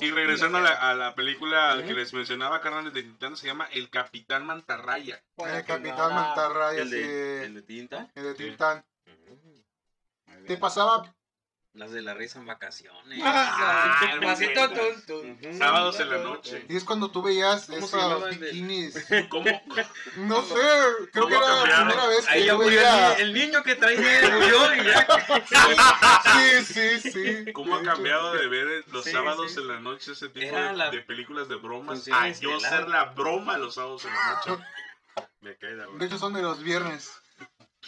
S2: Y regresando a la, a la película que les mencionaba, carnales de Nintendo, se llama El Capitán Mantarraya.
S1: Pues
S4: el Capitán Mantarraya,
S5: el,
S4: así
S5: de,
S4: de,
S5: el de tinta.
S4: el de
S2: Sí.
S4: Tintán.
S5: Ujú.
S4: Te pasaba.
S5: Las de la risa en vacaciones.
S7: Ah,
S2: Ah,
S7: el pasito
S2: me
S7: tun, tun.
S5: Ujú.
S2: Sábados en la noche.
S4: Y es cuando tú veías
S5: ¿Cómo se
S4: esos
S5: llamaba el de-
S4: bikinis.
S2: ¿Cómo?
S4: No sé, creo que era la
S2: cambiaron?
S4: primera vez
S5: Ahí
S4: que
S5: ya
S4: yo
S5: murió
S4: veía.
S5: el, ni- el niño que traía el murió y ya.
S4: Sí, sí, sí.
S2: ¿Cómo ha cambiado de ver los
S5: Sí,
S2: sábados
S5: sí.
S2: en la noche ese tipo
S5: Era
S2: de,
S5: la-
S2: de películas de bromas?
S5: Función
S2: A yo
S5: estelar.
S2: ser la broma los sábados en la noche. Me cae la
S4: De hecho, son de los viernes.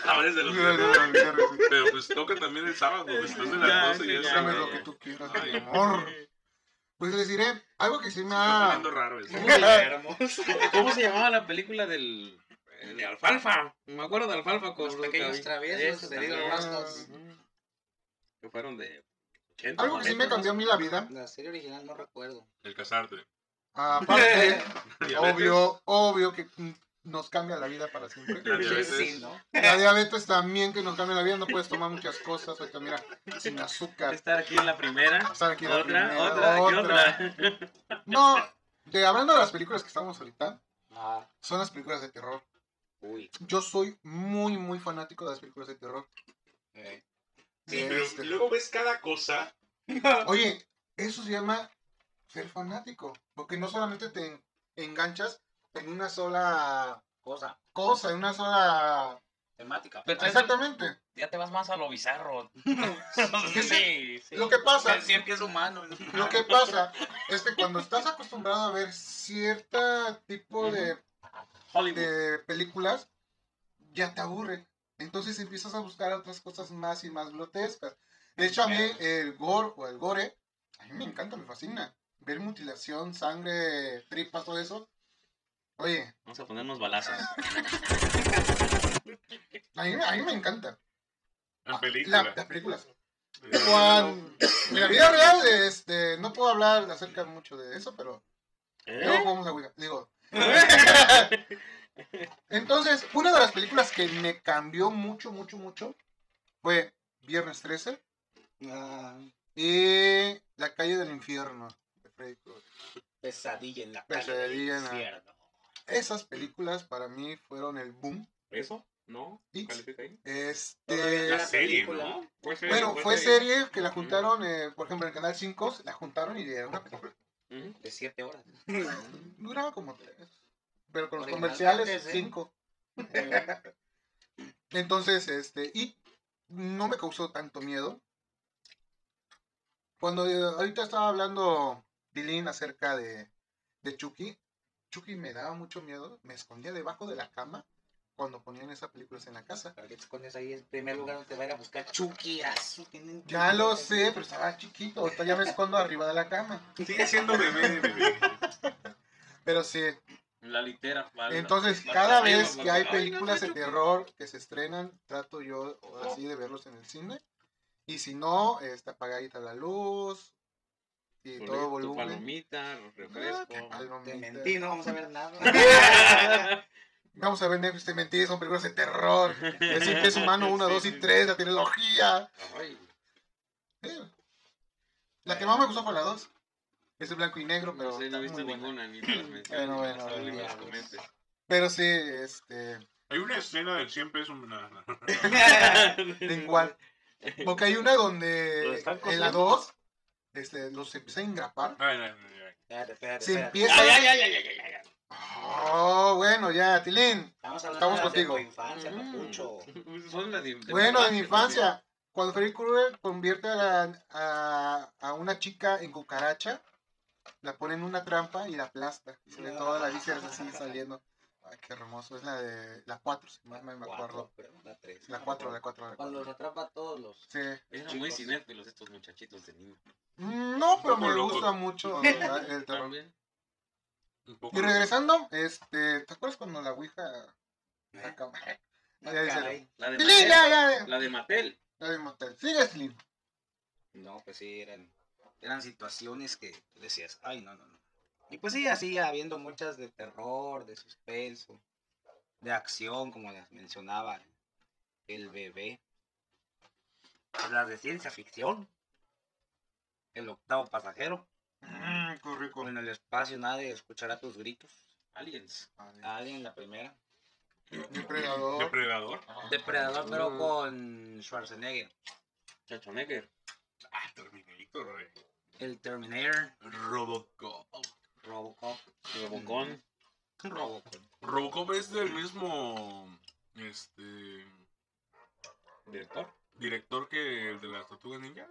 S2: Ahora es de los
S4: De los viernes, sí.
S2: Pero pues toca también el sábado, después de
S5: Ya,
S2: las 12 ya
S5: sí,
S2: es
S5: ya.
S4: Dame
S2: sábado.
S4: lo que tú quieras, mi amor. Pues les diré algo que sí me
S2: Está
S4: ha.
S2: poniendo raro eso.
S5: ¿Cómo se, llamaba- ¿Cómo se llamaba la película del eh, de Alfalfa? Me acuerdo de Alfalfa con
S7: Los pequeños
S5: Rucavi-
S7: traviesos
S5: Eso
S7: de Little
S5: también.
S7: Rastas.
S5: Ujú. Que fueron de 80,
S4: Algo que sí me
S5: 90,
S4: cambió a mí la vida.
S7: La serie original no recuerdo.
S2: El casarte.
S4: Aparte,
S2: Diabetes.
S4: obvio, obvio que nos cambia la vida para siempre.
S2: La diabetes.
S7: Sí, ¿no?
S4: La diabetes también que nos cambia la vida. No puedes tomar muchas cosas. Ahorita, mira, sin
S5: ¿no?
S4: azúcar.
S5: Estar aquí en la primera.
S4: Estar aquí la
S5: otra,
S4: primera,
S5: otra, ¿qué otra?
S4: No, de- hablando de las películas que estamos ahorita,
S7: Ah,
S4: son las películas de terror.
S7: uy.
S4: Yo soy muy, muy fanático de las películas de terror.
S7: eh.
S2: Sí,
S4: De
S2: pero
S4: este.
S2: luego ves cada cosa.
S4: Oye, eso se llama ser fanático. Porque no solamente te en- enganchas en una sola
S1: Cosa,
S4: cosa, en una sola...
S1: temática.
S5: Pero
S1: Ah,
S5: traes-
S4: Exactamente.
S5: Ya te vas más a lo bizarro.
S8: Sí, sí.
S4: Lo que pasa,
S1: siempre es humano. ¿no?
S4: lo que pasa es que cuando estás acostumbrado a ver cierto tipo de, de películas, ya te aburre. Entonces empiezas a buscar otras cosas más y más grotescas. De hecho, a mí el gore o el gore, a mí me encanta, me fascina. Ver mutilación, sangre, tripas, todo eso. Oye,
S5: Vamos a ponernos balazos.
S4: a mí, a mí me encanta. Ah,
S2: En
S4: La-
S2: película.
S4: las películas.
S2: Eh,
S4: Cuan- en la vida real, este, no puedo hablar acerca mucho de eso, pero luego jugamos a Ouija. Digo. Entonces, una de las películas que me cambió mucho, mucho, mucho fue Viernes 13
S1: Ah,
S4: y La calle del infierno de Freddy Krueger.
S1: pesadilla en la calle.
S4: Pesadilla
S1: del
S4: en la-
S1: infierno.
S4: Esas películas para mí fueron el boom.
S5: ¿Eso? ¿No?
S4: Y,
S5: ¿Califica ahí?
S4: este,
S1: Todavía
S2: la serie,
S1: película.
S2: ¿no?
S5: Fue serie,
S4: Pues, eh, bueno, fue
S5: serie.
S4: serie que la juntaron, eh, por ejemplo, en el Canal 5, la juntaron y dieron una película.
S5: Ujú.
S1: De siete horas.
S4: Duraba como tres. Pero con los
S1: Originalmente,
S4: comerciales,
S1: sí.
S4: cinco. Entonces, este, y no me causó tanto miedo. Cuando eh, ahorita estaba hablando Dilín acerca de, de Chucky, Chucky me daba mucho miedo, me escondía debajo de la cama cuando ponían esas películas en la casa.
S1: ¿Para qué te escondes ahí? En primer lugar, no te va a ir a buscar Chucky. ah, su- tienen-
S4: Ya lo sé, pero estaba chiquito, ahorita ya me escondo arriba de la cama.
S2: Sigue siendo bebé, bebé.
S4: Pero sí,
S5: En la litera. para-
S4: Entonces,
S5: para-
S4: cada
S5: para-
S4: vez que hay
S5: Ay, no,
S4: películas de
S5: no, no,
S4: terror que se estrenan, trato yo ahora sí de verlos en el cine. Y si no, este, apagadita la luz y
S5: tu
S4: todo volumen.
S5: palomita,
S4: Ah, qué
S5: refresco.
S1: Te
S4: palomita.
S1: mentí, no vamos a ver nada.
S4: Vamos a ver Netflix, te mentí, son películas de terror. Decir que es humano 1, 2 y 3, la trilogía.
S5: Ay,
S4: Sí. La que más me gustó fue la 2. Es de blanco y negro, pero.
S5: no sé, no
S4: está
S5: he
S4: muy
S5: visto ninguna
S4: buena.
S5: ni te las menciono.
S4: Bueno, bueno,
S5: Hasta ahora ni me
S1: bueno.
S5: las comentes.
S4: Pero sí, este.
S2: Hay una escena del siempre es una.
S4: Igual. Porque hay una donde.
S8: están
S4: En la
S8: cosiendo?
S4: 2, este, los empieza a engrapar.
S2: Ay, ay, ay, ay.
S1: Espérate, espérate,
S4: Se
S1: espérate.
S4: empieza.
S8: Ay, ay, ay, ay, ay, ay, ay.
S4: Oh, bueno, ya, Tilín.
S1: Estamos
S4: Estamos
S1: hablando de tu
S4: contigo.
S1: infancia,
S5: Mm.
S1: Papucho.
S5: Son las de- de
S4: Bueno, de mi
S5: también.
S4: infancia, cuando Freddy Krueger convierte a, la- a, a una chica en cucaracha, la pone en una trampa y la aplasta. Y se ve toda la vísceras así saliendo. Ay, qué hermoso. Es la de la 4, si más me me acuerdo.
S1: Cuatro, pero la tres.
S4: La 4, la 4, la 4.
S1: Cuando se atrapa a todos los.
S4: Sí.
S5: Eran muy cinéfilos estos muchachitos de niño.
S4: Mm, No, pero me
S2: Loco,
S4: gusta mucho el el terror.
S5: También.
S2: Un poco.
S4: Y regresando, este, ¿te acuerdas cuando la Ouija...
S2: Eh.
S4: La cama?
S1: Ah,
S4: Ya dice-
S1: caray.
S5: La de
S4: Tilín,
S5: Mattel.
S4: ya, ya, ya.
S5: La de Mattel.
S4: La de Motel. Sigue, Tilín.
S1: No, pues sí, eran, eran situaciones que tú decías, ay, no, no, no. Y pues sí, así habiendo muchas de terror, de suspenso, de acción, como les mencionaba el bebé. Hablar de ciencia ficción. El octavo pasajero.
S4: Mmm, qué rico.
S1: En el espacio nadie escuchará tus gritos.
S5: Aliens.
S2: Pues,
S1: Alien, la primera.
S2: ah,
S4: Depredador.
S2: Depredador.
S1: Depredador, pero con Schwarzenegger.
S5: Chachonegger.
S2: Ah, Terminator, eh.
S1: El Terminator.
S2: Robocop.
S1: Robocop. Mm,
S5: Robocon.
S1: Robocop.
S2: Robocop es del mismo. Este.
S5: Director.
S2: Director que el de las tortugas ninja.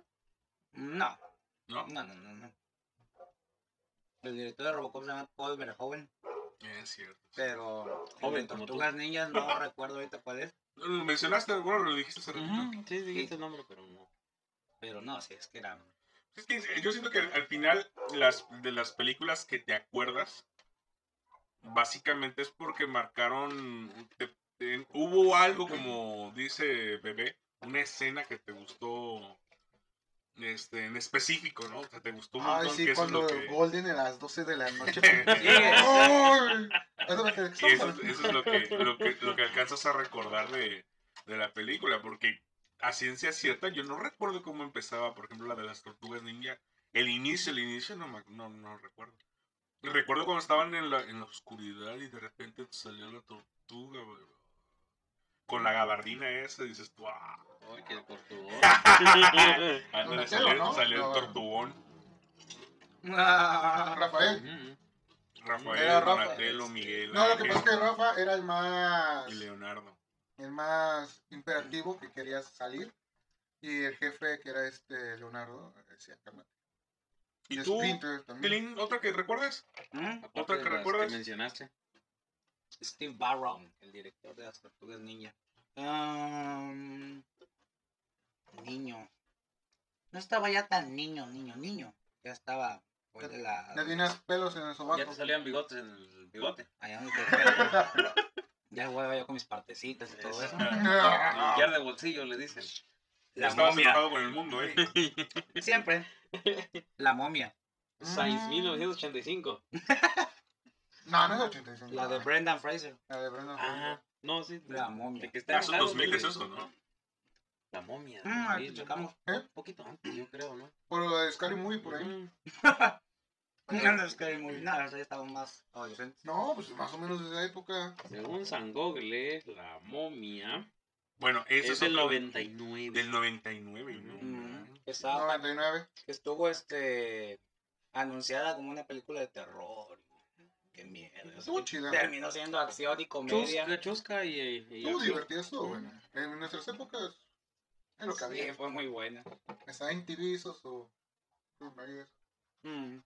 S1: No,
S2: No.
S1: No, no, no, no. El director de Robocop se llama Paul Verhoeven,
S2: Es cierto.
S1: pero
S5: Joven
S1: joven
S5: como tú.
S1: Tortugas Niñas no recuerdo ahorita cuál es,
S2: Lo mencionaste, bueno, lo dijiste hace ratito.
S5: Sí, dijiste el nombre, pero no.
S1: pero no, sí, es que era...
S2: Es que yo siento que al final las de las películas que te acuerdas básicamente es porque marcaron te- te- hubo algo como dice bebé una escena que te gustó este en específico no o sea te gustó un
S4: Ay,
S2: montón que
S4: sí,
S2: eso es
S4: cuando
S2: lo que
S4: Golden a las 12 de la noche.
S1: Sí, es-
S4: ¡Ay! Eso me quedé-
S2: y eso, es- eso es lo que lo que lo que alcanzas a recordar de, de la película porque a ciencia cierta yo no recuerdo cómo empezaba por ejemplo la de las tortugas ninja el inicio el inicio no me- no, no recuerdo recuerdo cuando estaban en la, en la oscuridad y de repente salió la tortuga güey. con la gabardina esa y dices tú "Ah".
S5: Ay, qué tortugón.
S2: Ándale,
S4: Donatello,
S2: salió,
S4: ¿no?
S2: salió el
S4: No.
S2: tortugón
S4: Rafael.
S5: Ujú.
S2: Rafael,
S4: Era Rafa.
S2: Donatello, Miguel.
S4: No, lo que
S2: Ángel
S4: pasa es que Rafa era el más,
S2: Y Leonardo.
S4: el más imperativo que quería salir. Y el jefe, que era este Leonardo, decía, "Cálmate".
S2: ¿Y
S4: Es
S2: tú,
S4: Splinter también.
S2: Tilín, otra que recuerdes?
S1: ¿Mm?
S5: Aparte
S2: ¿Otra
S5: de
S2: que
S5: las
S2: recuerdas?
S5: mencionaste.
S1: Steve Barron, el director de las Tortugas Ninja. Am, niño. No estaba ya tan niño, niño, niño. Ya estaba pues, de la...
S4: Ya tenías pelos en el
S5: Ya
S4: sobaco.
S5: te salían bigotes en el bigote.
S1: allá donde te- ya jugaba yo con mis partecitas y todo eso.
S2: Ah.
S5: Limpiar de bolsillo, le dicen.
S2: Ya
S1: La
S2: estabas
S1: momia.
S2: enojado con el mundo, ¿eh?
S1: Siempre. La momia.
S5: Ah.
S3: Science 1985.
S4: No, no es 85.
S1: La de Brendan Fraser.
S4: La de Brandon.
S3: Ah, no, sí. de-
S1: La
S5: De
S1: momia.
S5: que está
S2: Hace
S5: al lado
S2: 2000 es
S5: de-
S2: eso, ¿no?
S5: La momia.
S1: Mm, ahorita
S5: 2000,
S1: checamos.
S5: ¿no?
S4: ¿Eh?
S5: Un poquito antes, yo creo, ¿no?
S4: Por lo de Scary Movie, por ahí.
S5: Mm,
S1: No, es que muy... No, eso ya estaba más adolescente.
S4: No, pues más o menos de esa época.
S5: Según San Google, la momia
S2: Bueno, ese
S5: es del
S2: otro-
S5: 99.
S2: Del 99, ¿no?
S1: Mm, que estaba-
S4: 99.
S1: que estuvo este anunciada como una película de terror. Qué mierda.
S4: Estuvo chida.
S1: Terminó siendo acción y comedia.
S5: Chusca, chusca y, y- y
S4: Estuvo
S5: acción.
S4: divertido, estuvo bueno. En nuestras épocas es lo que
S1: Sí,
S4: había.
S1: fue muy buena.
S4: Estaba en TV, o.
S1: Mm.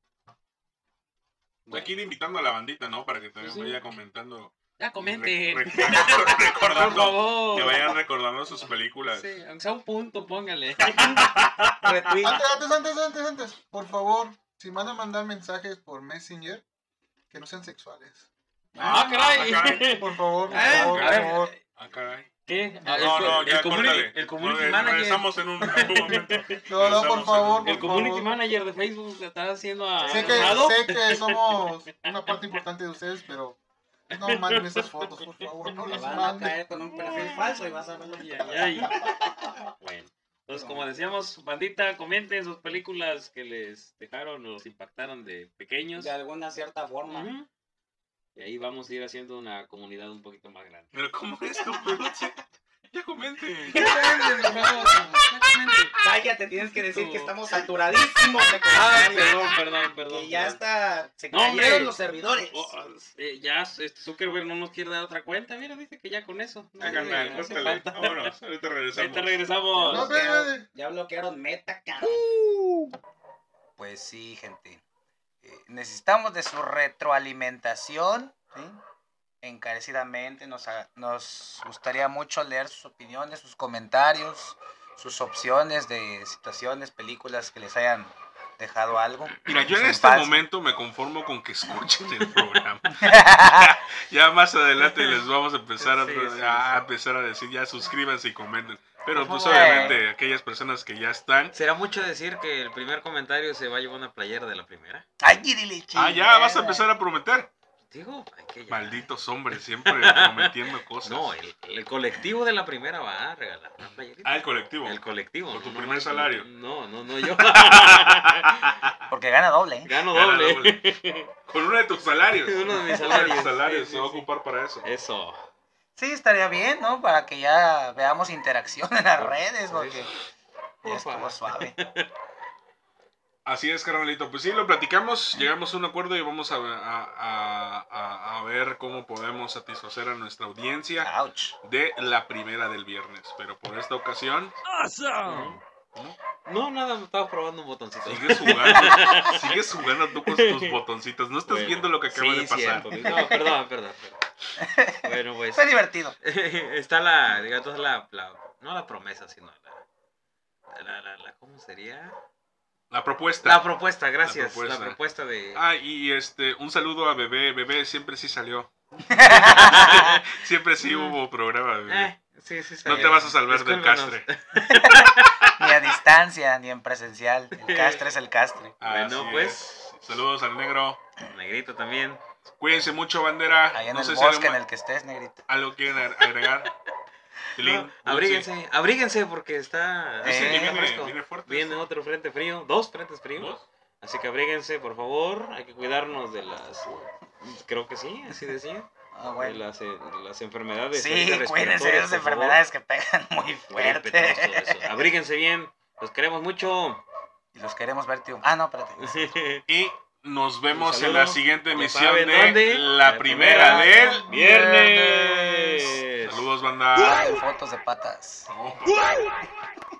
S2: Hay que ir invitando a la bandita, ¿no? Para que también
S5: Sí.
S2: vaya comentando.
S5: Ya comenten.
S2: Re- recordando-
S5: Por
S2: recordando.
S5: favor.
S2: Que vayan recordando sus películas.
S5: Sí, aunque sea un punto, póngale.
S2: Ah,
S1: Retweet.
S4: Antes, antes, antes, antes, antes. Por favor, si van a mandar mensajes por Messenger, que no sean sexuales.
S5: ¡Ah, caray!
S2: Ah, caray.
S4: Por favor, por
S5: Ah,
S4: favor,
S5: a
S4: por
S5: ver.
S4: favor.
S2: Ah, caray.
S5: ¿Qué?
S2: No,
S5: Ah, el co-
S2: no, ya
S5: el community,
S2: córtale.
S5: el community
S2: Re-
S5: manager.
S2: Regresamos en un, en un momento.
S4: No, no, por favor, por
S3: El community
S4: favor.
S3: manager de Facebook está haciendo a.
S4: Sé
S3: abogado.
S4: que, sé que somos una parte importante de ustedes, pero no manden esas fotos, por favor, no
S1: Te
S4: las
S1: ah, van a
S4: manden.
S1: caer con un perfil falso y vas a ver lo
S5: Ay,
S1: que
S5: ay, ay. Bueno, entonces como decíamos, bandita, comenten sus películas que les dejaron o los impactaron de pequeños.
S1: De alguna cierta forma.
S5: Ujú. Y ahí vamos a ir haciendo una comunidad un poquito más grande.
S2: Pero, ¿cómo es tu peluche? Ya comenten.
S1: Cállate, tienes que decir que estamos saturadísimos de
S5: Ah,
S1: comentarios.
S5: perdón, perdón, perdón.
S1: Que ya
S5: perdón.
S1: está. Se
S5: No, hombre.
S1: cayeron los servidores.
S5: Oh, ah, eh, ya este, Zuckerberg no nos quiere dar otra cuenta. Mira, dice que ya con eso. No,
S2: Ah, carnal,
S5: no hace
S2: córtale.
S5: falta.
S2: Vámonos, ahorita regresamos.
S5: Ahorita regresamos.
S4: No, espérate.
S1: Ya bloquearon Meta, cabrón. Pues sí, gente. Eh, necesitamos de su retroalimentación. ¿sí? Encarecidamente, nos, ha- nos gustaría mucho leer sus opiniones, sus comentarios, sus opciones de situaciones, películas que les hayan dejado algo.
S2: Mira, yo en
S1: Son
S2: este
S1: falsos.
S2: momento me conformo con que escuchen el programa. ya más adelante les vamos a empezar a,
S5: Sí, sí,
S2: a empezar a decir, ya suscríbanse y comenten. Pero pues
S1: favor.
S2: obviamente aquellas personas que ya están.
S5: ¿Será mucho decir que el primer comentario se va a llevar una playera de la primera?
S1: Ay, dile,
S2: Ah, ya vas a empezar a prometer.
S5: Digo, hay que ya-
S2: Malditos hombres, siempre prometiendo cosas.
S5: No, el, el colectivo de la primera va a regalar una playerita.
S2: Ah, el colectivo.
S5: El colectivo.
S2: Por tu
S5: no
S2: primer
S5: más-
S2: salario.
S5: No, no, no, yo.
S1: Porque gana doble. ¿eh?
S5: Gano
S2: Gana
S5: doble.
S2: doble. Con uno de tus salarios.
S5: Uno de mis
S2: Uno de tus
S5: salarios.
S2: salarios
S5: Sí,
S2: se va a
S5: sí, sí.
S2: ocupar para eso.
S5: Eso.
S1: Sí, estaría bien, ¿no? Para que ya veamos interacción en las redes, porque ya
S5: Ufa.
S1: estuvo suave.
S2: Así es, carnalito. Pues sí, lo platicamos, llegamos a un acuerdo y vamos a, a- a- a- a ver cómo podemos satisfacer a nuestra audiencia
S1: Ouch.
S2: de la primera del viernes. Pero por esta ocasión,
S5: No, nada, me estaba probando un botoncito.
S2: sigues jugando, sigues jugando tú con tus botoncitos. No estás
S5: Bueno,
S2: viendo lo que acaba
S5: sí,
S2: de pasar.
S5: cierto. No, perdón, perdón. perdón. Bueno, pues.
S1: Fue divertido.
S5: está la. Entonces, la, la- No la promesa, sino la. la, la, la- ¿Cómo sería?
S2: La propuesta.
S5: La propuesta, gracias. La propuesta,
S2: propuesta.
S5: de.
S2: Ah, y este, un saludo a Bebé. Bebé siempre sí salió. Siempre sí hubo programa, Bebé.
S5: Eh, sí, sí,
S2: No
S5: salió.
S2: te vas a salvar del
S5: Discúlpenos.
S2: castre.
S1: Ni a distancia, ni en presencial. El castre es el castre.
S5: Bueno,
S2: Así
S5: pues.
S2: es. Saludos al negro.
S5: Negrito también.
S2: Cuídense mucho, bandera.
S1: Allá en
S2: no
S1: el
S2: sé si
S1: bosque
S2: algo
S1: en
S2: ma-
S1: el que estés, negrito.
S2: algo quieren agre- agregar. Tilín,
S5: No, abríguense, abríguense porque está.
S2: Dulce. Dicen
S1: Eh,
S2: que
S5: está
S2: viene,
S5: fresco.
S2: viene fuerte.
S5: Viene otro frente frío, dos frentes fríos.
S2: ¿Dos?
S5: Así que abríguense, por favor. Hay que cuidarnos de las. Creo que sí, así decía.
S1: Ah,
S5: De
S1: bueno.
S5: las, eh, de las enfermedades.
S1: Sí,
S5: ahorita
S1: cuídense de
S5: respiratorias,
S1: esas
S5: por favor.
S1: enfermedades que pegan muy
S5: Gripe, todo
S1: fuerte.
S5: eso. Abríguense bien. Los queremos mucho.
S1: Y los queremos ver triunfar. Ah, no, espérate.
S5: Sí.
S2: Y nos vemos en
S5: saludo.
S2: la siguiente
S5: Ya
S2: emisión
S5: saben
S2: de
S5: dónde.
S2: La,
S5: La
S2: Primera,
S5: Primera
S2: del
S5: Viernes.
S1: Ah,
S2: Saludos, banda.
S1: Fotos de patas.
S2: No.